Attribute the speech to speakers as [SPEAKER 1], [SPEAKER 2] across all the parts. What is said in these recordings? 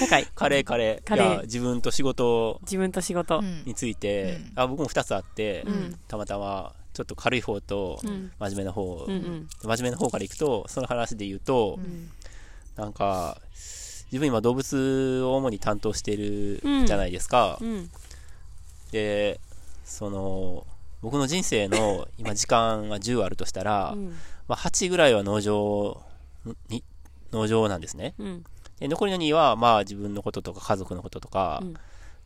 [SPEAKER 1] 社会
[SPEAKER 2] カレーカレー
[SPEAKER 1] カレー
[SPEAKER 2] いや自分と仕事
[SPEAKER 1] 自分と仕事
[SPEAKER 3] うん
[SPEAKER 2] について、
[SPEAKER 3] うん
[SPEAKER 2] あ僕も2つあって、
[SPEAKER 1] うん
[SPEAKER 2] たまたまちょっと軽い方と
[SPEAKER 1] うん
[SPEAKER 2] 真面目な方、
[SPEAKER 1] うんうん
[SPEAKER 2] 真面目な方からいくとその話で言うと、
[SPEAKER 1] ん
[SPEAKER 2] なんか自分今動物を主に担当してる
[SPEAKER 1] うん
[SPEAKER 2] じゃないですか、
[SPEAKER 1] うん
[SPEAKER 2] でその僕の人生の今時間が10あるとしたら、
[SPEAKER 1] うん
[SPEAKER 2] まあ、8ぐらいは農場に農場なんですね
[SPEAKER 1] うん
[SPEAKER 2] で残りの2はまあ自分のこととか家族のこととか、
[SPEAKER 1] うん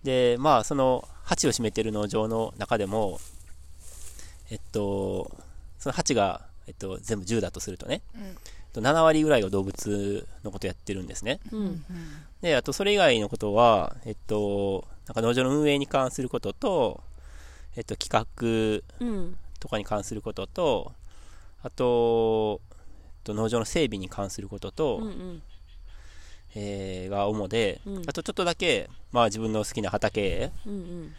[SPEAKER 2] でまあその8を占めてる農場の中でもえっとその8が、えっと、全部10だとするとね
[SPEAKER 3] うん
[SPEAKER 2] えっと7割ぐらいが動物のことやってるんですね
[SPEAKER 1] うん
[SPEAKER 2] であとそれ以外のことはえっとなんか農場の運営に関することとえっと企画
[SPEAKER 1] うん
[SPEAKER 2] とかに関することとあと、えっと、農場の整備に関することと、
[SPEAKER 1] うん
[SPEAKER 2] えーが主で、
[SPEAKER 1] うん
[SPEAKER 2] あとちょっとだけ、まあ、自分の好きな畑
[SPEAKER 1] うん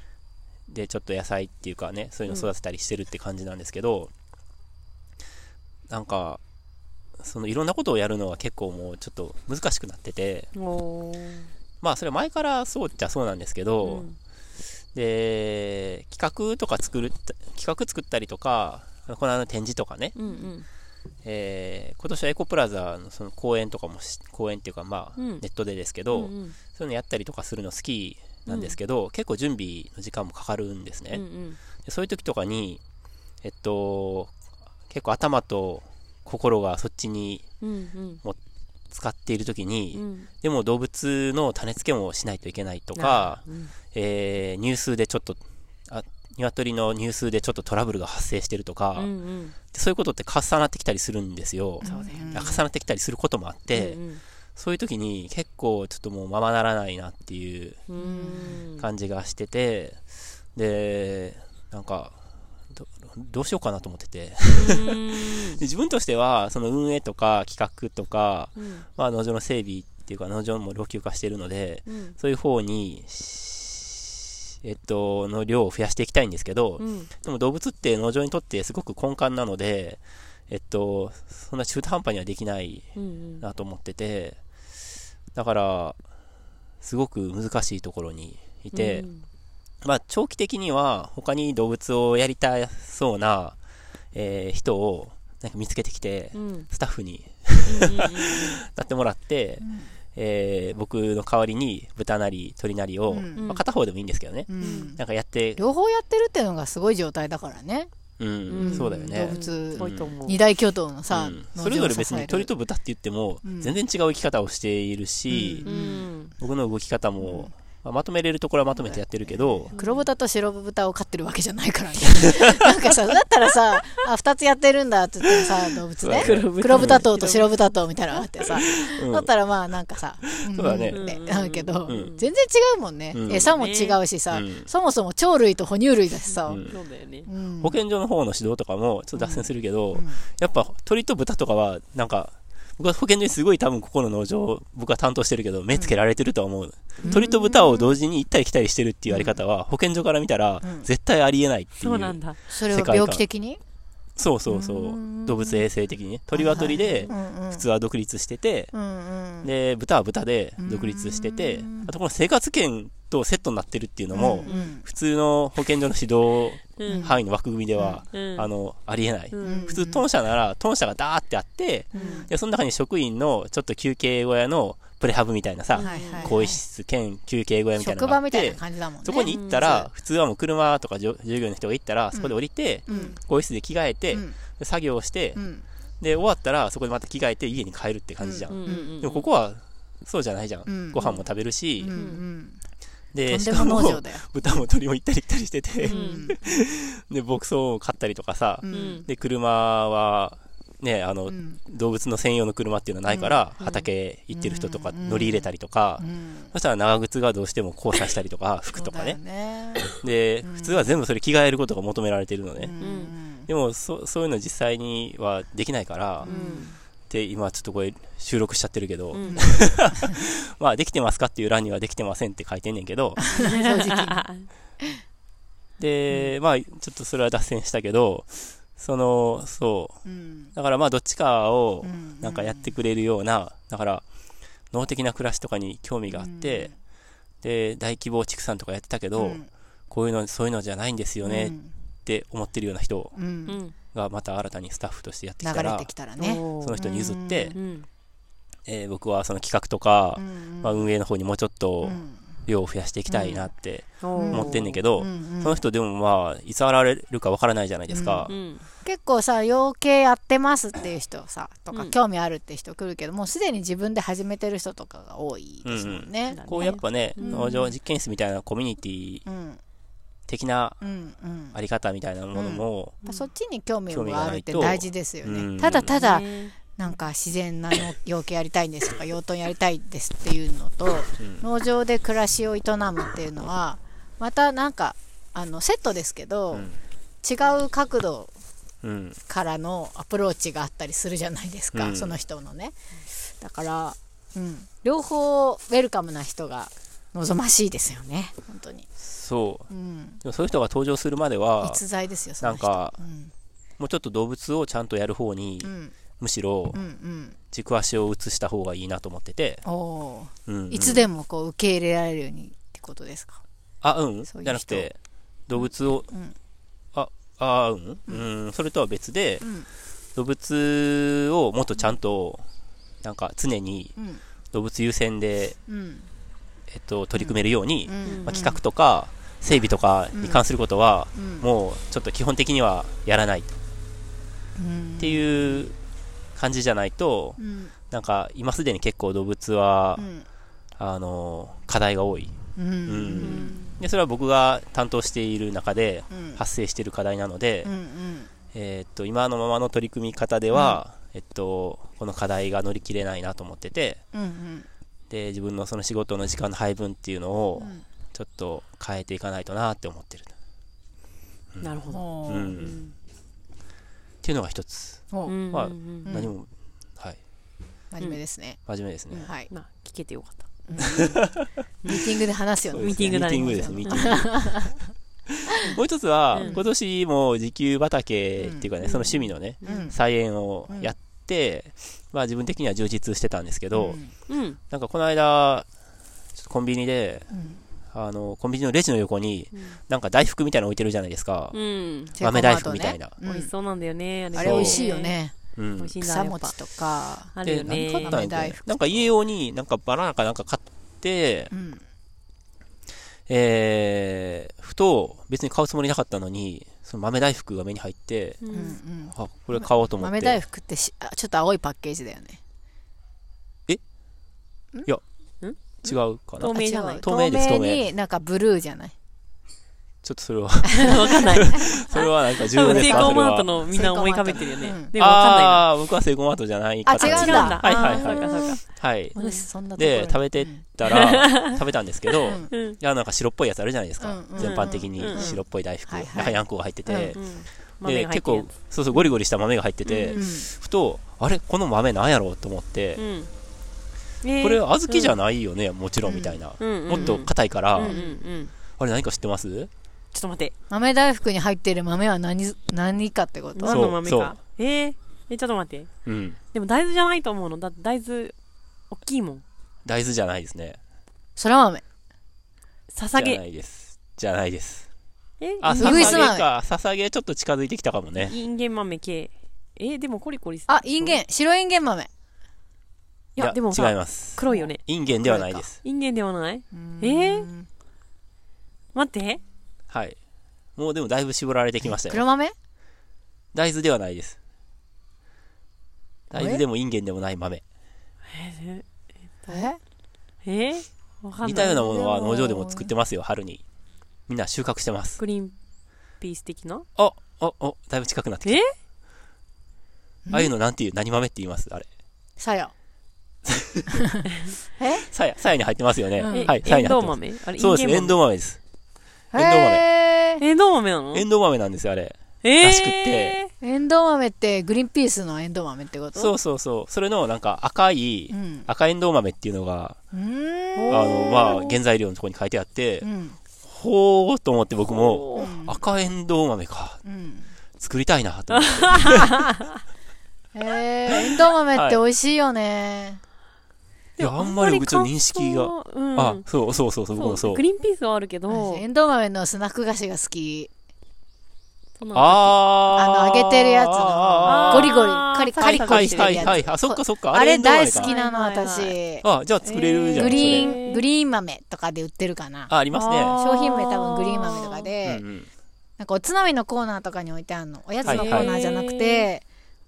[SPEAKER 2] でちょっと野菜っていうかねそういうの育てたりしてるって感じなんですけど、なんかそのいろんなことをやるのは結構もうちょっと難しくなってて
[SPEAKER 1] うんおー
[SPEAKER 2] まあそれは前からそうっちゃそうなんですけ
[SPEAKER 1] う
[SPEAKER 2] ど、
[SPEAKER 1] ん
[SPEAKER 2] で企画とか作る企画作ったりとかこの間の展示とかね、
[SPEAKER 1] うんうん
[SPEAKER 2] えー今年はエコプラザのその公演とかもし公演っていうかまあ、
[SPEAKER 1] うん
[SPEAKER 2] ネットでですけど、
[SPEAKER 1] うんうん
[SPEAKER 2] そういうのやったりとかするの好きなんですけど、結構準備の時間もかかるんですね、
[SPEAKER 1] うん
[SPEAKER 2] でそういう時とかにえっと結構頭と心がそっちに
[SPEAKER 1] うんうん
[SPEAKER 2] 使っている時に、
[SPEAKER 1] うん
[SPEAKER 2] でも動物の種付けもしないといけないと
[SPEAKER 1] と
[SPEAKER 2] か、えー、ニュースでちょっとあ鶏のニュースでちょっとトラブルが発生してるとか、
[SPEAKER 1] うんうん
[SPEAKER 2] でそういうことって重なってきたりするんですよ、
[SPEAKER 1] そうだよね
[SPEAKER 2] 重なってきたりすることもあって、
[SPEAKER 1] うん
[SPEAKER 2] そういう時に結構ちょっともうままならないなっていう
[SPEAKER 1] うん
[SPEAKER 2] 感じがしてて、でなんかどどうしようかなと思っててで自分としてはその運営とか企画とか、
[SPEAKER 1] うん
[SPEAKER 2] まあ、農場の整備っていうか農場も老朽化してるので
[SPEAKER 1] うん
[SPEAKER 2] そういう方にしえっとの量を増やしていきたいんですけど、
[SPEAKER 1] うん
[SPEAKER 2] でも動物って農場にとってすごく根幹なのでえっとそんな中途半端にはできない
[SPEAKER 1] うん
[SPEAKER 2] なと思っててだからすごく難しいところにいて、
[SPEAKER 1] うん
[SPEAKER 2] まあ、長期的には他に動物をやりたそうな、えー人をなんか見つけてきて、
[SPEAKER 1] うんうん
[SPEAKER 2] スタッフになってもらって、えー僕の代わりに豚なり鳥なりを、
[SPEAKER 3] うん
[SPEAKER 2] まあ、片方でもいいんですけどね、
[SPEAKER 3] うん
[SPEAKER 2] なんかやって、
[SPEAKER 3] 両方やってるってのがすごい状態だからね
[SPEAKER 2] うん
[SPEAKER 1] うん
[SPEAKER 2] そうだよ
[SPEAKER 3] 動
[SPEAKER 2] ね、
[SPEAKER 3] 物
[SPEAKER 1] すごいと思う
[SPEAKER 3] 二大巨頭のさ、
[SPEAKER 2] うんそ
[SPEAKER 3] 農場を支える
[SPEAKER 2] れぞれ別に鳥と豚って言っても
[SPEAKER 3] うん
[SPEAKER 2] 全然違う生き方をしているし、
[SPEAKER 3] う
[SPEAKER 1] うん
[SPEAKER 2] 僕の動き方も、まあまとめれるところはまとめてやってるけど、
[SPEAKER 3] 黒豚と白豚を飼ってるわけじゃないからね なんかさだったらさあ二つやってるんだって言ってさ動物ね
[SPEAKER 2] そうだね
[SPEAKER 1] 黒豚
[SPEAKER 3] 黒豚とと白豚とみたいなのがあってさ、
[SPEAKER 2] うん
[SPEAKER 3] だったらまあなんかさ、ん
[SPEAKER 2] そうだね
[SPEAKER 3] ってなるけど、
[SPEAKER 2] うん
[SPEAKER 3] 全然違うもんね、
[SPEAKER 2] うん
[SPEAKER 3] 餌も違うしさ、
[SPEAKER 2] うん
[SPEAKER 3] そもそも鳥類と哺乳類だしさ、
[SPEAKER 2] うん
[SPEAKER 1] そうだよね
[SPEAKER 3] うん
[SPEAKER 2] 保健所の方の指導とかもちょっと脱線するけど、
[SPEAKER 3] うん
[SPEAKER 2] やっぱ鳥と豚とかはなんか僕は保健所にすごい多分ここの農場を僕は担当してるけど目つけられてるとは思う、鳥と豚を同時に行ったり来たりしてるっていうやり方は保健所から見たら
[SPEAKER 3] うん
[SPEAKER 2] 絶対ありえないっていう、
[SPEAKER 1] そうなんだ
[SPEAKER 3] それは病気的に
[SPEAKER 2] そうそうそう
[SPEAKER 3] うん
[SPEAKER 2] 動物衛生的にね鳥は鳥で
[SPEAKER 3] うんうん
[SPEAKER 2] 普通は独立してて、
[SPEAKER 3] うんうん
[SPEAKER 2] で豚は豚で独立してて、
[SPEAKER 3] うん
[SPEAKER 2] あとこの生活圏とセットになってるっていうのも、
[SPEAKER 3] うん
[SPEAKER 2] 普通の保健所の指導
[SPEAKER 1] うん
[SPEAKER 2] 範囲の枠組みでは、
[SPEAKER 1] うん
[SPEAKER 2] あのありえない、
[SPEAKER 1] うん
[SPEAKER 2] 普通豚舎なら豚舎がダーってあって、
[SPEAKER 3] うん
[SPEAKER 2] でその中に職員のちょっと休憩小屋のプレハブみたいなさ、
[SPEAKER 3] はいはいはい
[SPEAKER 2] 更衣室兼休憩小屋みたいな
[SPEAKER 3] 職
[SPEAKER 2] のがあ
[SPEAKER 3] 場
[SPEAKER 2] っ
[SPEAKER 3] みたい
[SPEAKER 2] て
[SPEAKER 3] な感じだもんね
[SPEAKER 2] そこに行った
[SPEAKER 3] うん
[SPEAKER 2] ら普通はもう車とかじょ従業員の人が行ったらそこで降りて、
[SPEAKER 3] うん
[SPEAKER 2] 更衣室で着替えて、
[SPEAKER 3] うん
[SPEAKER 2] で作業をして、
[SPEAKER 3] うん
[SPEAKER 2] で終わったらそこでまた着替えて家に帰るって感じじゃん、
[SPEAKER 1] うんうん
[SPEAKER 2] でもここはそうじゃないじゃん、
[SPEAKER 3] うん
[SPEAKER 2] ご飯も食べるし、
[SPEAKER 3] うんうんと
[SPEAKER 2] で
[SPEAKER 3] ん
[SPEAKER 2] し
[SPEAKER 3] で
[SPEAKER 2] か
[SPEAKER 3] も
[SPEAKER 2] も
[SPEAKER 3] 農場だよ
[SPEAKER 2] 豚も鳥も行ったり来たりしてて、
[SPEAKER 1] うん
[SPEAKER 2] で牧草を買ったりとかさ、
[SPEAKER 3] うん
[SPEAKER 1] うん
[SPEAKER 2] で車はねあの、
[SPEAKER 3] うん
[SPEAKER 2] 動物の専用の車っていうのはないから、畑行ってる人とか乗り入れたりとか、
[SPEAKER 3] うん
[SPEAKER 2] そしたら長靴がどうしても交差したりとか服とかね
[SPEAKER 3] そうだよね
[SPEAKER 2] で、普通は全部それ着替えることが求められてるのね、
[SPEAKER 3] うん
[SPEAKER 2] でもそそういうの実際にはできないから、で今ちょっとこれ収録しちゃってるけど、
[SPEAKER 1] ん
[SPEAKER 2] まあできてますかっていう欄にはできてませんって書いてんねんけど
[SPEAKER 3] 正直
[SPEAKER 2] で、まあちょっとそれは脱線したけどそのそう
[SPEAKER 3] うん
[SPEAKER 2] だからまあどっちかを
[SPEAKER 3] うん
[SPEAKER 2] なんかやってくれるような、だから農的な暮らしとかに興味があって、で大規模畜産とかやってたけど、
[SPEAKER 3] うん
[SPEAKER 2] こういうのそういうのじゃないんですよねって思ってるような人
[SPEAKER 3] うんうん
[SPEAKER 1] う
[SPEAKER 3] 流
[SPEAKER 1] ん。
[SPEAKER 2] がまた新たにスタッフとしてやってきた
[SPEAKER 3] れ
[SPEAKER 2] ら
[SPEAKER 3] てきたらね
[SPEAKER 2] その人に譲って
[SPEAKER 1] う、ん。
[SPEAKER 2] えー僕はその企画とか、まあ、
[SPEAKER 3] うん
[SPEAKER 2] 運営の方にもうちょっと
[SPEAKER 3] うん
[SPEAKER 2] 量を増やしていきたいなって
[SPEAKER 1] 思
[SPEAKER 2] 思ってんねんけ
[SPEAKER 1] ど。
[SPEAKER 2] ど、
[SPEAKER 3] うんうん
[SPEAKER 2] その人でもまあいつ現れるかわからないじゃないですか、
[SPEAKER 1] うん。
[SPEAKER 3] 結構さ養鶏やってますっていう人さとか、
[SPEAKER 1] うん
[SPEAKER 3] 興味あるって人来るけどもうすでに自分で始めてる人とかが多いですもんね。
[SPEAKER 2] こうやっぱね、
[SPEAKER 1] うん
[SPEAKER 2] 農場実験室みたいなコミュニティ
[SPEAKER 3] うん
[SPEAKER 2] 的な
[SPEAKER 3] うんうん
[SPEAKER 2] あり方みたいなものも、
[SPEAKER 3] やっぱそっちに興味があるって
[SPEAKER 2] 興味がないと
[SPEAKER 3] 大事ですよね、
[SPEAKER 2] うん
[SPEAKER 3] ただただ
[SPEAKER 1] ね
[SPEAKER 3] なんか自然なの養鶏やりたいんですと か養豚やりたいですっていうのと
[SPEAKER 2] うん
[SPEAKER 3] 農場で暮らしを営むっていうのはまたなんかあのセットですけど、
[SPEAKER 2] うん
[SPEAKER 3] 違う角度
[SPEAKER 2] うん
[SPEAKER 3] からのアプローチがあったりするじゃないですか、
[SPEAKER 2] うん
[SPEAKER 3] その人のねだから、うん、両方ウェルカムな人が望ましいですよね本当に、
[SPEAKER 2] そう
[SPEAKER 3] うん、
[SPEAKER 2] でもそういう人が登場するまでは
[SPEAKER 3] 逸材ですよそ
[SPEAKER 2] な
[SPEAKER 3] の
[SPEAKER 2] ん
[SPEAKER 3] 人
[SPEAKER 2] か
[SPEAKER 3] うん
[SPEAKER 2] もうちょっと動物をちゃんとやる方に、
[SPEAKER 3] うん
[SPEAKER 2] むしろ
[SPEAKER 3] うんうん
[SPEAKER 2] 軸足を移した方がいいなと思ってて、
[SPEAKER 3] おお
[SPEAKER 2] うんうん
[SPEAKER 3] いつでもこう受け入れられるようにってことですか
[SPEAKER 2] あうん
[SPEAKER 3] そういう人
[SPEAKER 2] じゃなくて動物を、
[SPEAKER 3] うん
[SPEAKER 2] ああうん、うん、それとは別で
[SPEAKER 3] うん
[SPEAKER 2] 動物をもっとちゃんとなんか常に
[SPEAKER 3] うん
[SPEAKER 2] 動物優先で、
[SPEAKER 3] うん
[SPEAKER 2] えっと、取り組めるように、
[SPEAKER 3] うん
[SPEAKER 2] まあ、企画とか整備とかに関することは、
[SPEAKER 3] うん
[SPEAKER 2] もうちょっと基本的にはやらないっ
[SPEAKER 3] うん
[SPEAKER 2] ていう感じじゃないと、
[SPEAKER 3] うん
[SPEAKER 2] なんか今すでに結構動物は、
[SPEAKER 3] うん
[SPEAKER 2] あの課題が多い
[SPEAKER 3] うんうん
[SPEAKER 2] う
[SPEAKER 1] うんん
[SPEAKER 2] でそれは僕が担当している中で
[SPEAKER 3] うん
[SPEAKER 2] 発生している課題なので、
[SPEAKER 3] うんうん
[SPEAKER 2] えーっと今のままの取り組み方では、えっと、この課題が乗り切れないなと思ってて
[SPEAKER 3] うん
[SPEAKER 2] で自分のその仕事の時間の配分っていうのを
[SPEAKER 3] うん
[SPEAKER 2] ちょっと変えていかないとなって思ってる、
[SPEAKER 1] なるほど。
[SPEAKER 3] お
[SPEAKER 2] う
[SPEAKER 3] ー
[SPEAKER 2] んっていうのが一つ、
[SPEAKER 3] お
[SPEAKER 1] うん
[SPEAKER 2] まあ
[SPEAKER 1] うん
[SPEAKER 3] ん
[SPEAKER 2] 何もはい
[SPEAKER 3] 真面目ですね
[SPEAKER 2] 真面目ですね、
[SPEAKER 3] はい
[SPEAKER 1] まあ、聞けてよかった。
[SPEAKER 3] ミーティングで話すよ
[SPEAKER 2] そうで
[SPEAKER 3] ね
[SPEAKER 2] すね
[SPEAKER 1] ミーティングだね
[SPEAKER 2] ミーティングですミーティングもう一つは、
[SPEAKER 1] うん
[SPEAKER 2] 今年も時給畑っていうかね、
[SPEAKER 1] うん
[SPEAKER 2] その趣味のね、
[SPEAKER 3] うん
[SPEAKER 2] 菜園をやって、まあ自分的には充実してたんですけど、
[SPEAKER 3] うん
[SPEAKER 1] うん。
[SPEAKER 2] なんかこの間、ちょっとコンビニで、
[SPEAKER 3] うん
[SPEAKER 2] あの、コンビニのレジの横に、なんか大福みたいなの置いてるじゃないですか。
[SPEAKER 1] うん。
[SPEAKER 2] 豆大福みたいな。
[SPEAKER 3] う
[SPEAKER 1] 美味し
[SPEAKER 3] ん
[SPEAKER 1] そうなんだよね。
[SPEAKER 3] あれ
[SPEAKER 2] そう
[SPEAKER 3] 美味しいよ。ね
[SPEAKER 2] うん。
[SPEAKER 1] 美味しいんだ
[SPEAKER 3] 草
[SPEAKER 1] やっぱ
[SPEAKER 3] 餅とか
[SPEAKER 1] ある
[SPEAKER 2] で、
[SPEAKER 1] よね。
[SPEAKER 2] 何買ったん
[SPEAKER 3] 豆
[SPEAKER 2] だっ
[SPEAKER 3] 大
[SPEAKER 2] け
[SPEAKER 3] 福
[SPEAKER 2] なんか家用になんかバナナかなんか買って、
[SPEAKER 3] うん
[SPEAKER 2] えー、ふと別に買うつもりなかったのに、その豆大福が目に入って、
[SPEAKER 1] う
[SPEAKER 3] うんん
[SPEAKER 2] あ、これ買おうと
[SPEAKER 3] うん
[SPEAKER 2] 思って。
[SPEAKER 3] 豆大福ってしあちょっと青いパッケージだよね
[SPEAKER 2] 違うかな
[SPEAKER 1] 透。明じゃない
[SPEAKER 3] あ違う
[SPEAKER 2] 透明です
[SPEAKER 3] 透明になんかブルーじゃない
[SPEAKER 2] ちょっとそれは、
[SPEAKER 1] わ かんない。
[SPEAKER 2] それはなんか重
[SPEAKER 1] 多
[SPEAKER 2] 要
[SPEAKER 1] 分、
[SPEAKER 2] です
[SPEAKER 1] セイ
[SPEAKER 2] か
[SPEAKER 1] コー
[SPEAKER 2] それは
[SPEAKER 1] マートのみんな思い浮かべてるよね
[SPEAKER 3] う。ん
[SPEAKER 1] でも、わ
[SPEAKER 2] あー僕はセイコーマートじゃない
[SPEAKER 3] あ
[SPEAKER 2] 方で
[SPEAKER 1] か
[SPEAKER 2] す
[SPEAKER 1] んないな。
[SPEAKER 3] 違うんだ
[SPEAKER 2] はいはい
[SPEAKER 1] あーそう
[SPEAKER 2] は
[SPEAKER 1] か、
[SPEAKER 2] い。
[SPEAKER 1] そうか。
[SPEAKER 2] はい。
[SPEAKER 1] うん
[SPEAKER 3] 私そんなところ
[SPEAKER 2] で、食べてったら、食べたんですけど、い
[SPEAKER 3] うん
[SPEAKER 1] うん。
[SPEAKER 2] や、なんか白っぽいやつあるじゃないです
[SPEAKER 3] う
[SPEAKER 2] か
[SPEAKER 3] んうん。
[SPEAKER 2] 全般的に
[SPEAKER 1] うん
[SPEAKER 2] 白っぽい大福。
[SPEAKER 3] は
[SPEAKER 2] ないん
[SPEAKER 3] はい
[SPEAKER 2] かヤンコが入ってて
[SPEAKER 3] う。
[SPEAKER 1] 豆
[SPEAKER 2] で、
[SPEAKER 1] が入
[SPEAKER 2] 結
[SPEAKER 1] ってるや
[SPEAKER 2] 構、そうそう、ゴリゴリした豆が入ってて
[SPEAKER 3] う、ん
[SPEAKER 2] ふと、あれこの豆なんやろうと思っ
[SPEAKER 1] つ。
[SPEAKER 2] て
[SPEAKER 1] う、ん。えー
[SPEAKER 2] これ、小豆じゃないよね、もちろんみたいな。
[SPEAKER 1] うん
[SPEAKER 2] もっと硬いか
[SPEAKER 1] うん
[SPEAKER 2] ら
[SPEAKER 1] うん、うん。
[SPEAKER 2] あれ何か知ってます
[SPEAKER 1] ちょっと待って。
[SPEAKER 3] 豆大福に入ってる豆は何何かってこと
[SPEAKER 1] 何の豆
[SPEAKER 2] そ
[SPEAKER 1] か
[SPEAKER 2] う。
[SPEAKER 1] えーえ、ちょっと待って。
[SPEAKER 2] うん。
[SPEAKER 1] でも、大豆じゃないと思うの。だって、大豆、大きいもん。
[SPEAKER 2] 大豆じゃないですね。
[SPEAKER 3] そら豆
[SPEAKER 1] 捧
[SPEAKER 2] じゃな
[SPEAKER 1] げ。
[SPEAKER 2] いです。じゃないです。
[SPEAKER 1] え
[SPEAKER 2] あ、
[SPEAKER 3] う
[SPEAKER 2] さ
[SPEAKER 3] ぐい
[SPEAKER 2] さ
[SPEAKER 3] す
[SPEAKER 2] げ
[SPEAKER 3] 豆
[SPEAKER 2] か。ささげちょっと近づいてきたかもね。
[SPEAKER 1] インゲン豆系。えーでもコリコリする
[SPEAKER 3] あインゲン白インゲン豆
[SPEAKER 1] いや、でも
[SPEAKER 2] 違い
[SPEAKER 1] さ、
[SPEAKER 2] ます。
[SPEAKER 1] 黒いよね。
[SPEAKER 2] インゲンではないです。
[SPEAKER 1] インゲンではないえ
[SPEAKER 3] うん
[SPEAKER 1] 待って。
[SPEAKER 2] はい。もうでもだいぶ絞られてきましたよ。
[SPEAKER 3] 黒豆
[SPEAKER 2] 大豆ではないです。大豆でもインゲンでもない豆。
[SPEAKER 1] え
[SPEAKER 3] え
[SPEAKER 1] ー、えーわかんない。
[SPEAKER 2] 似たようなものは
[SPEAKER 3] でも
[SPEAKER 2] 農場でも作ってますよ、春に。みんな収穫してます。
[SPEAKER 1] グリーンピース的な
[SPEAKER 2] あ、あ、あ、だいぶ近くなってきた。
[SPEAKER 1] え
[SPEAKER 2] ああいうのなんていう、何豆って言いますあれ。
[SPEAKER 3] さ やえ
[SPEAKER 2] さや、さやに入ってますよね。
[SPEAKER 3] うん
[SPEAKER 1] え
[SPEAKER 2] はい、さやに
[SPEAKER 1] エン
[SPEAKER 2] 入
[SPEAKER 1] ド
[SPEAKER 2] っ
[SPEAKER 1] ウ
[SPEAKER 2] てます。
[SPEAKER 1] 豆あれ、
[SPEAKER 2] そうです、
[SPEAKER 1] イ
[SPEAKER 2] エ
[SPEAKER 1] ン
[SPEAKER 2] ン
[SPEAKER 1] ゲン
[SPEAKER 2] ドウ豆です。エンドウ豆。
[SPEAKER 3] へー
[SPEAKER 1] 豆。エンドウ豆なの
[SPEAKER 2] エンドウ豆なんですよ、あれ。
[SPEAKER 1] えー、
[SPEAKER 2] らしくて。
[SPEAKER 3] エンドウ豆ってグリーンピースのエンドウ豆ってこと
[SPEAKER 2] そううそうそう。それのなんか赤い、
[SPEAKER 3] ん
[SPEAKER 2] 赤エンドウ豆っていうのが、
[SPEAKER 3] うー
[SPEAKER 2] あ
[SPEAKER 3] ん
[SPEAKER 2] の、まあ、原材料のところに書いてあって、
[SPEAKER 3] うん
[SPEAKER 2] ほーっと思って僕も、
[SPEAKER 1] おー
[SPEAKER 2] 赤エンドウ豆か。
[SPEAKER 3] うん
[SPEAKER 2] 作りたいなと思って。
[SPEAKER 3] えー、エンドウ豆って美味しいよね、
[SPEAKER 2] いや、あんまり僕ちょっと認識が。
[SPEAKER 1] 感想うん、
[SPEAKER 2] あ、そうそうそうそう、僕も
[SPEAKER 1] そ
[SPEAKER 2] そうう
[SPEAKER 1] グ。リーンピースはあるけど
[SPEAKER 3] エンドウ豆のスナック菓子が好き
[SPEAKER 1] その
[SPEAKER 2] あー
[SPEAKER 3] あの揚げてるやつの
[SPEAKER 2] あー
[SPEAKER 3] ゴリゴリカリカリ
[SPEAKER 1] あー
[SPEAKER 3] カ
[SPEAKER 2] はい
[SPEAKER 3] リして
[SPEAKER 2] は
[SPEAKER 3] る
[SPEAKER 2] い
[SPEAKER 3] やつ
[SPEAKER 2] はい。あ、そっかそっか。
[SPEAKER 3] あれ大好
[SPEAKER 2] あ
[SPEAKER 3] き
[SPEAKER 2] れ
[SPEAKER 3] なの
[SPEAKER 1] はいはい
[SPEAKER 3] 私、
[SPEAKER 2] どうあるかあ、じゃあ作れるじゃん。
[SPEAKER 1] えー
[SPEAKER 3] グリ
[SPEAKER 2] それ
[SPEAKER 3] ーングリーン豆とかで売ってるかな
[SPEAKER 2] あ、ありますね。
[SPEAKER 1] あ
[SPEAKER 3] 商品名多分グリーン豆とかで、
[SPEAKER 2] うんうん
[SPEAKER 3] なんかおつまみのコーナーとかに置いてあるのおやつのコーナーじゃなくて、
[SPEAKER 1] はい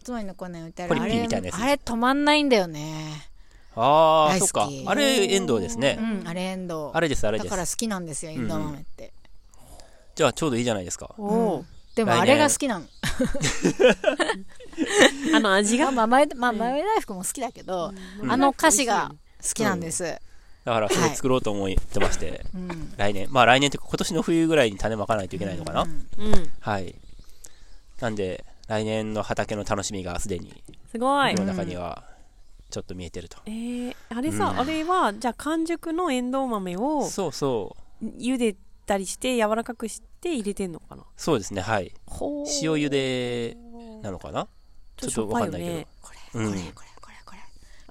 [SPEAKER 3] おつまみのコーナーに置いてある
[SPEAKER 2] ポリピみたいなやつ
[SPEAKER 3] あれあれ止まんないんだよね
[SPEAKER 2] ああ、
[SPEAKER 3] 大
[SPEAKER 2] そ
[SPEAKER 3] 好
[SPEAKER 2] っ
[SPEAKER 3] き
[SPEAKER 2] か。あれ、遠藤ですね
[SPEAKER 3] う。んあれエンドウ
[SPEAKER 2] あれです、あれ
[SPEAKER 3] だ
[SPEAKER 2] で
[SPEAKER 3] から
[SPEAKER 2] す。
[SPEAKER 3] 好きなんですよインドウ豆って、
[SPEAKER 2] じゃあ、ちょうどいいじゃないですか。
[SPEAKER 1] おー
[SPEAKER 3] でもあれが好きなの
[SPEAKER 1] あの味
[SPEAKER 3] ま
[SPEAKER 1] が
[SPEAKER 3] あ、まあ、豆まあ豆大福も好きだけど、
[SPEAKER 2] うん
[SPEAKER 3] あの歌詞が好きなんです、
[SPEAKER 2] だから、それ作ろうと思ってまして、
[SPEAKER 3] うん
[SPEAKER 2] 来年、まあ来年っていうか、今年の冬ぐらいに種まかないといけないのかな。
[SPEAKER 3] うん
[SPEAKER 1] うん
[SPEAKER 2] はい。なんで、来年の畑の楽しみがすでに、
[SPEAKER 1] すごい
[SPEAKER 2] 世の中には、ちょっと見えてると。
[SPEAKER 1] えー、あれさ、
[SPEAKER 2] うん
[SPEAKER 1] あれはじゃあ完熟のエンドウ豆を
[SPEAKER 2] そうそう。
[SPEAKER 1] 茹でたりして柔らかくして入れてんのかな
[SPEAKER 2] そうですね、はい。
[SPEAKER 1] ほー
[SPEAKER 2] 塩茹でなのかな
[SPEAKER 1] ちょっ
[SPEAKER 2] ちょっ
[SPEAKER 1] と
[SPEAKER 2] と
[SPEAKER 1] わ
[SPEAKER 2] わ
[SPEAKER 1] か
[SPEAKER 2] か
[SPEAKER 1] ん
[SPEAKER 2] ん
[SPEAKER 1] な
[SPEAKER 2] ないい
[SPEAKER 1] け
[SPEAKER 2] け
[SPEAKER 1] ど、
[SPEAKER 2] ど
[SPEAKER 1] ね、
[SPEAKER 3] これ
[SPEAKER 2] う
[SPEAKER 3] これ
[SPEAKER 2] ん
[SPEAKER 3] これこれ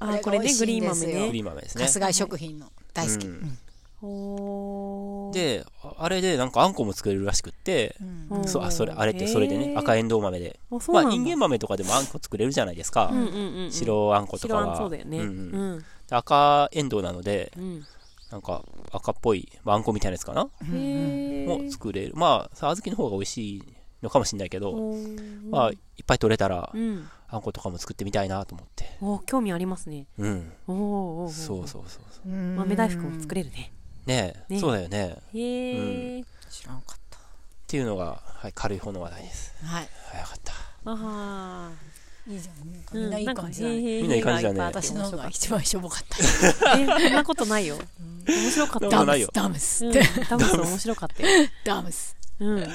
[SPEAKER 3] こ
[SPEAKER 1] あ
[SPEAKER 3] れこれ
[SPEAKER 1] ー
[SPEAKER 3] が
[SPEAKER 1] これね
[SPEAKER 3] 美味
[SPEAKER 1] グ
[SPEAKER 3] しい
[SPEAKER 1] リ
[SPEAKER 3] ん
[SPEAKER 1] ーン
[SPEAKER 3] です
[SPEAKER 1] 豆
[SPEAKER 3] よ
[SPEAKER 2] グ
[SPEAKER 1] ね
[SPEAKER 2] リーン豆ですね。
[SPEAKER 3] 春日井食品の大好き、
[SPEAKER 2] う
[SPEAKER 3] うん
[SPEAKER 2] ん
[SPEAKER 1] ほー
[SPEAKER 2] で、ああれでなんかあんこも作れるらしくって、
[SPEAKER 1] うん
[SPEAKER 2] そう、あ、それ、あれっ
[SPEAKER 1] へ
[SPEAKER 2] て
[SPEAKER 1] ー
[SPEAKER 2] それでね、赤えんどう豆で。
[SPEAKER 1] あそう
[SPEAKER 2] ま
[SPEAKER 1] な
[SPEAKER 2] あ、
[SPEAKER 1] んだ
[SPEAKER 2] いんげん豆とかでもあんこ作れるじゃないですか
[SPEAKER 1] う。んうんうんうん
[SPEAKER 2] 白あんことか
[SPEAKER 1] 白あん
[SPEAKER 2] は。
[SPEAKER 1] そうだよね
[SPEAKER 2] う
[SPEAKER 1] うん
[SPEAKER 2] うんで
[SPEAKER 1] ん
[SPEAKER 2] 赤えんどうなので、
[SPEAKER 1] うん
[SPEAKER 2] なんか赤っぽい、まあ、あんこみたいなやつかな
[SPEAKER 1] へ
[SPEAKER 2] も作れる。まあ、さ小豆の方が美味しいのかもしれないけど、ま
[SPEAKER 1] ま
[SPEAKER 2] あ、いっぱい取れたら
[SPEAKER 1] う、ん
[SPEAKER 2] あんことかも作ってみたいなと思って。
[SPEAKER 1] おー興味ありますね
[SPEAKER 2] うん。
[SPEAKER 1] おーおーおー
[SPEAKER 2] そうそうそうそう。
[SPEAKER 3] うん
[SPEAKER 1] 豆大福も作れるね
[SPEAKER 2] ねえ、
[SPEAKER 1] ね
[SPEAKER 2] そうだよね。っ
[SPEAKER 1] へえ
[SPEAKER 3] 知らんかった
[SPEAKER 2] ていうのが、はい、軽い方の話題です。
[SPEAKER 3] はい
[SPEAKER 2] はい、よかった。
[SPEAKER 1] あ
[SPEAKER 3] いいじゃんなんか
[SPEAKER 1] ー
[SPEAKER 3] みんないい
[SPEAKER 1] うん
[SPEAKER 3] 感じだ
[SPEAKER 1] なん
[SPEAKER 3] ね、
[SPEAKER 1] かへーへー
[SPEAKER 2] みんないい感じだね
[SPEAKER 1] へーがいっぱいあって
[SPEAKER 3] 私の方が一番しょぼかった
[SPEAKER 1] えそんなことないよ面白かっ
[SPEAKER 2] そ
[SPEAKER 1] た
[SPEAKER 2] ん
[SPEAKER 3] ダ
[SPEAKER 2] なな
[SPEAKER 3] ム
[SPEAKER 2] いよ
[SPEAKER 3] スダムス
[SPEAKER 1] う
[SPEAKER 3] っ
[SPEAKER 1] ん
[SPEAKER 3] て、
[SPEAKER 1] ダムス面白かったよ
[SPEAKER 3] ダムス
[SPEAKER 1] うん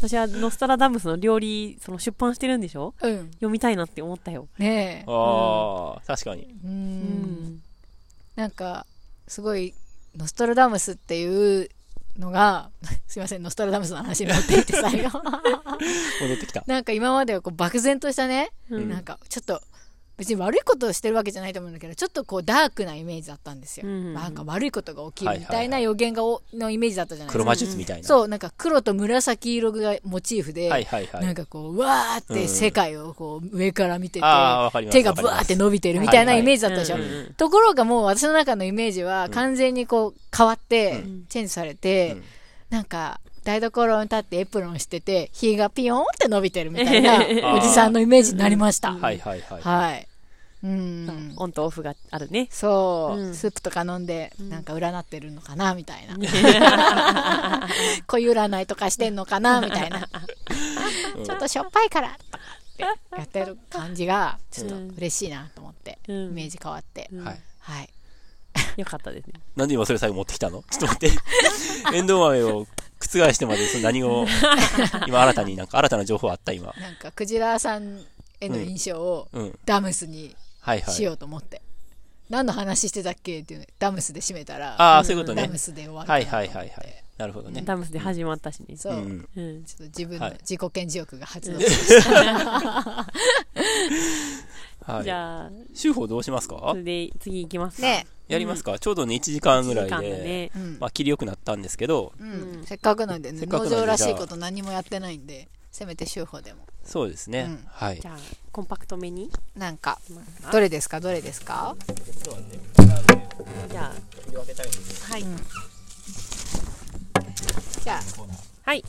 [SPEAKER 1] 私はノスタラダムスの料理その出版してるんでしょ
[SPEAKER 3] うん
[SPEAKER 1] 読みたいなって思ったよ
[SPEAKER 3] ねえ
[SPEAKER 2] ああ、確かに。
[SPEAKER 3] う
[SPEAKER 1] うん
[SPEAKER 3] なんかすごいノストラダムスっていうのが すいませんノストラダムスの話に持っていって 最後
[SPEAKER 2] 戻ってきた。
[SPEAKER 3] なんか今まではこう漠然としたね、
[SPEAKER 1] うん
[SPEAKER 3] なんかちょっと別に悪いことをしてるわけじゃないと思うんだけどちょっとこうダークなイメージだったんですよ、
[SPEAKER 1] うん
[SPEAKER 3] なんか悪いことが起きるみ
[SPEAKER 2] はい
[SPEAKER 3] た
[SPEAKER 2] はいい
[SPEAKER 3] な
[SPEAKER 2] はい
[SPEAKER 3] 予言がおのイメージだったじゃないです
[SPEAKER 2] 黒
[SPEAKER 3] か、
[SPEAKER 2] 魔術みたいな。
[SPEAKER 3] そうなんか黒と紫色がモチーフで、
[SPEAKER 2] はいはいはい。
[SPEAKER 3] なんかこううわーって世界をこう上から見てて、
[SPEAKER 2] ああ、わかります。
[SPEAKER 3] 手がブワーって伸びてるみたいなイメージだったでしょ、
[SPEAKER 1] うん
[SPEAKER 2] うん
[SPEAKER 3] ところがもう私の中のイメージは完全にこう変わって
[SPEAKER 1] うん
[SPEAKER 3] チェンジされ
[SPEAKER 2] う
[SPEAKER 3] て、
[SPEAKER 2] ん
[SPEAKER 3] なんか台所に立ってエプロンしててひがピヨーンって伸びてるみ たいなおじさんのイメージになりました、
[SPEAKER 2] わかりますはいはいはい。
[SPEAKER 3] はいうん
[SPEAKER 1] オンとオフがあるね
[SPEAKER 3] そう、
[SPEAKER 1] うん
[SPEAKER 3] スープとか飲んでなんか占ってるのかなみたい な、恋占いとかしてんのかなみたいな
[SPEAKER 2] うん
[SPEAKER 3] ちょっとしょっぱいからとかってやってる感じがちょっと嬉しいなと思って、
[SPEAKER 1] うん
[SPEAKER 3] イメージ変わって、
[SPEAKER 1] うん
[SPEAKER 2] はい。
[SPEAKER 3] はい
[SPEAKER 1] よかったですね
[SPEAKER 2] なんで今それ最後持ってきたのち ょっと待って。エンドウ豆を覆してまで、その何を、今新たになんか新たな情報あった今。
[SPEAKER 3] なんかクジラさんへの印象を
[SPEAKER 2] うん。
[SPEAKER 3] ダムスに
[SPEAKER 2] はいは
[SPEAKER 3] し
[SPEAKER 2] い。
[SPEAKER 3] ようと思って、何の話してたっけっていうのダムスで締めたら
[SPEAKER 2] ああ、そういうこと
[SPEAKER 3] ダ
[SPEAKER 2] ね
[SPEAKER 3] ム。スで終わる
[SPEAKER 2] はい
[SPEAKER 3] か
[SPEAKER 2] は
[SPEAKER 3] ないと思
[SPEAKER 2] は
[SPEAKER 3] っ
[SPEAKER 2] い
[SPEAKER 3] て
[SPEAKER 2] はい。なるほどね。
[SPEAKER 1] ダムスで始まったしね
[SPEAKER 3] そう、
[SPEAKER 2] うん
[SPEAKER 1] うん
[SPEAKER 3] ちょっと自分
[SPEAKER 2] は
[SPEAKER 3] の
[SPEAKER 2] い
[SPEAKER 3] 自己顕示欲が発動
[SPEAKER 1] うん
[SPEAKER 3] する、
[SPEAKER 2] はい。
[SPEAKER 1] じゃあ
[SPEAKER 2] 週報どうしますか
[SPEAKER 1] それで次行きますか
[SPEAKER 3] ね
[SPEAKER 2] やりますかちょうどね、1時間ぐら
[SPEAKER 1] 時間
[SPEAKER 2] い
[SPEAKER 1] だ
[SPEAKER 2] で、
[SPEAKER 1] ね
[SPEAKER 3] うん
[SPEAKER 2] まあ、切りよくなったんですけど、
[SPEAKER 3] うん
[SPEAKER 1] うん
[SPEAKER 3] せっかくなんで、ね、
[SPEAKER 2] せっかくな
[SPEAKER 3] 農
[SPEAKER 2] んで
[SPEAKER 3] 場らしいこと何もやってないんでせめて修法でも
[SPEAKER 2] そうですね。
[SPEAKER 3] うん
[SPEAKER 2] はい
[SPEAKER 1] じ。ゃあコンパクトめに
[SPEAKER 3] なんか
[SPEAKER 1] 行きますか
[SPEAKER 3] どれですかどれですか
[SPEAKER 1] じゃあはい
[SPEAKER 3] じゃあ
[SPEAKER 1] はい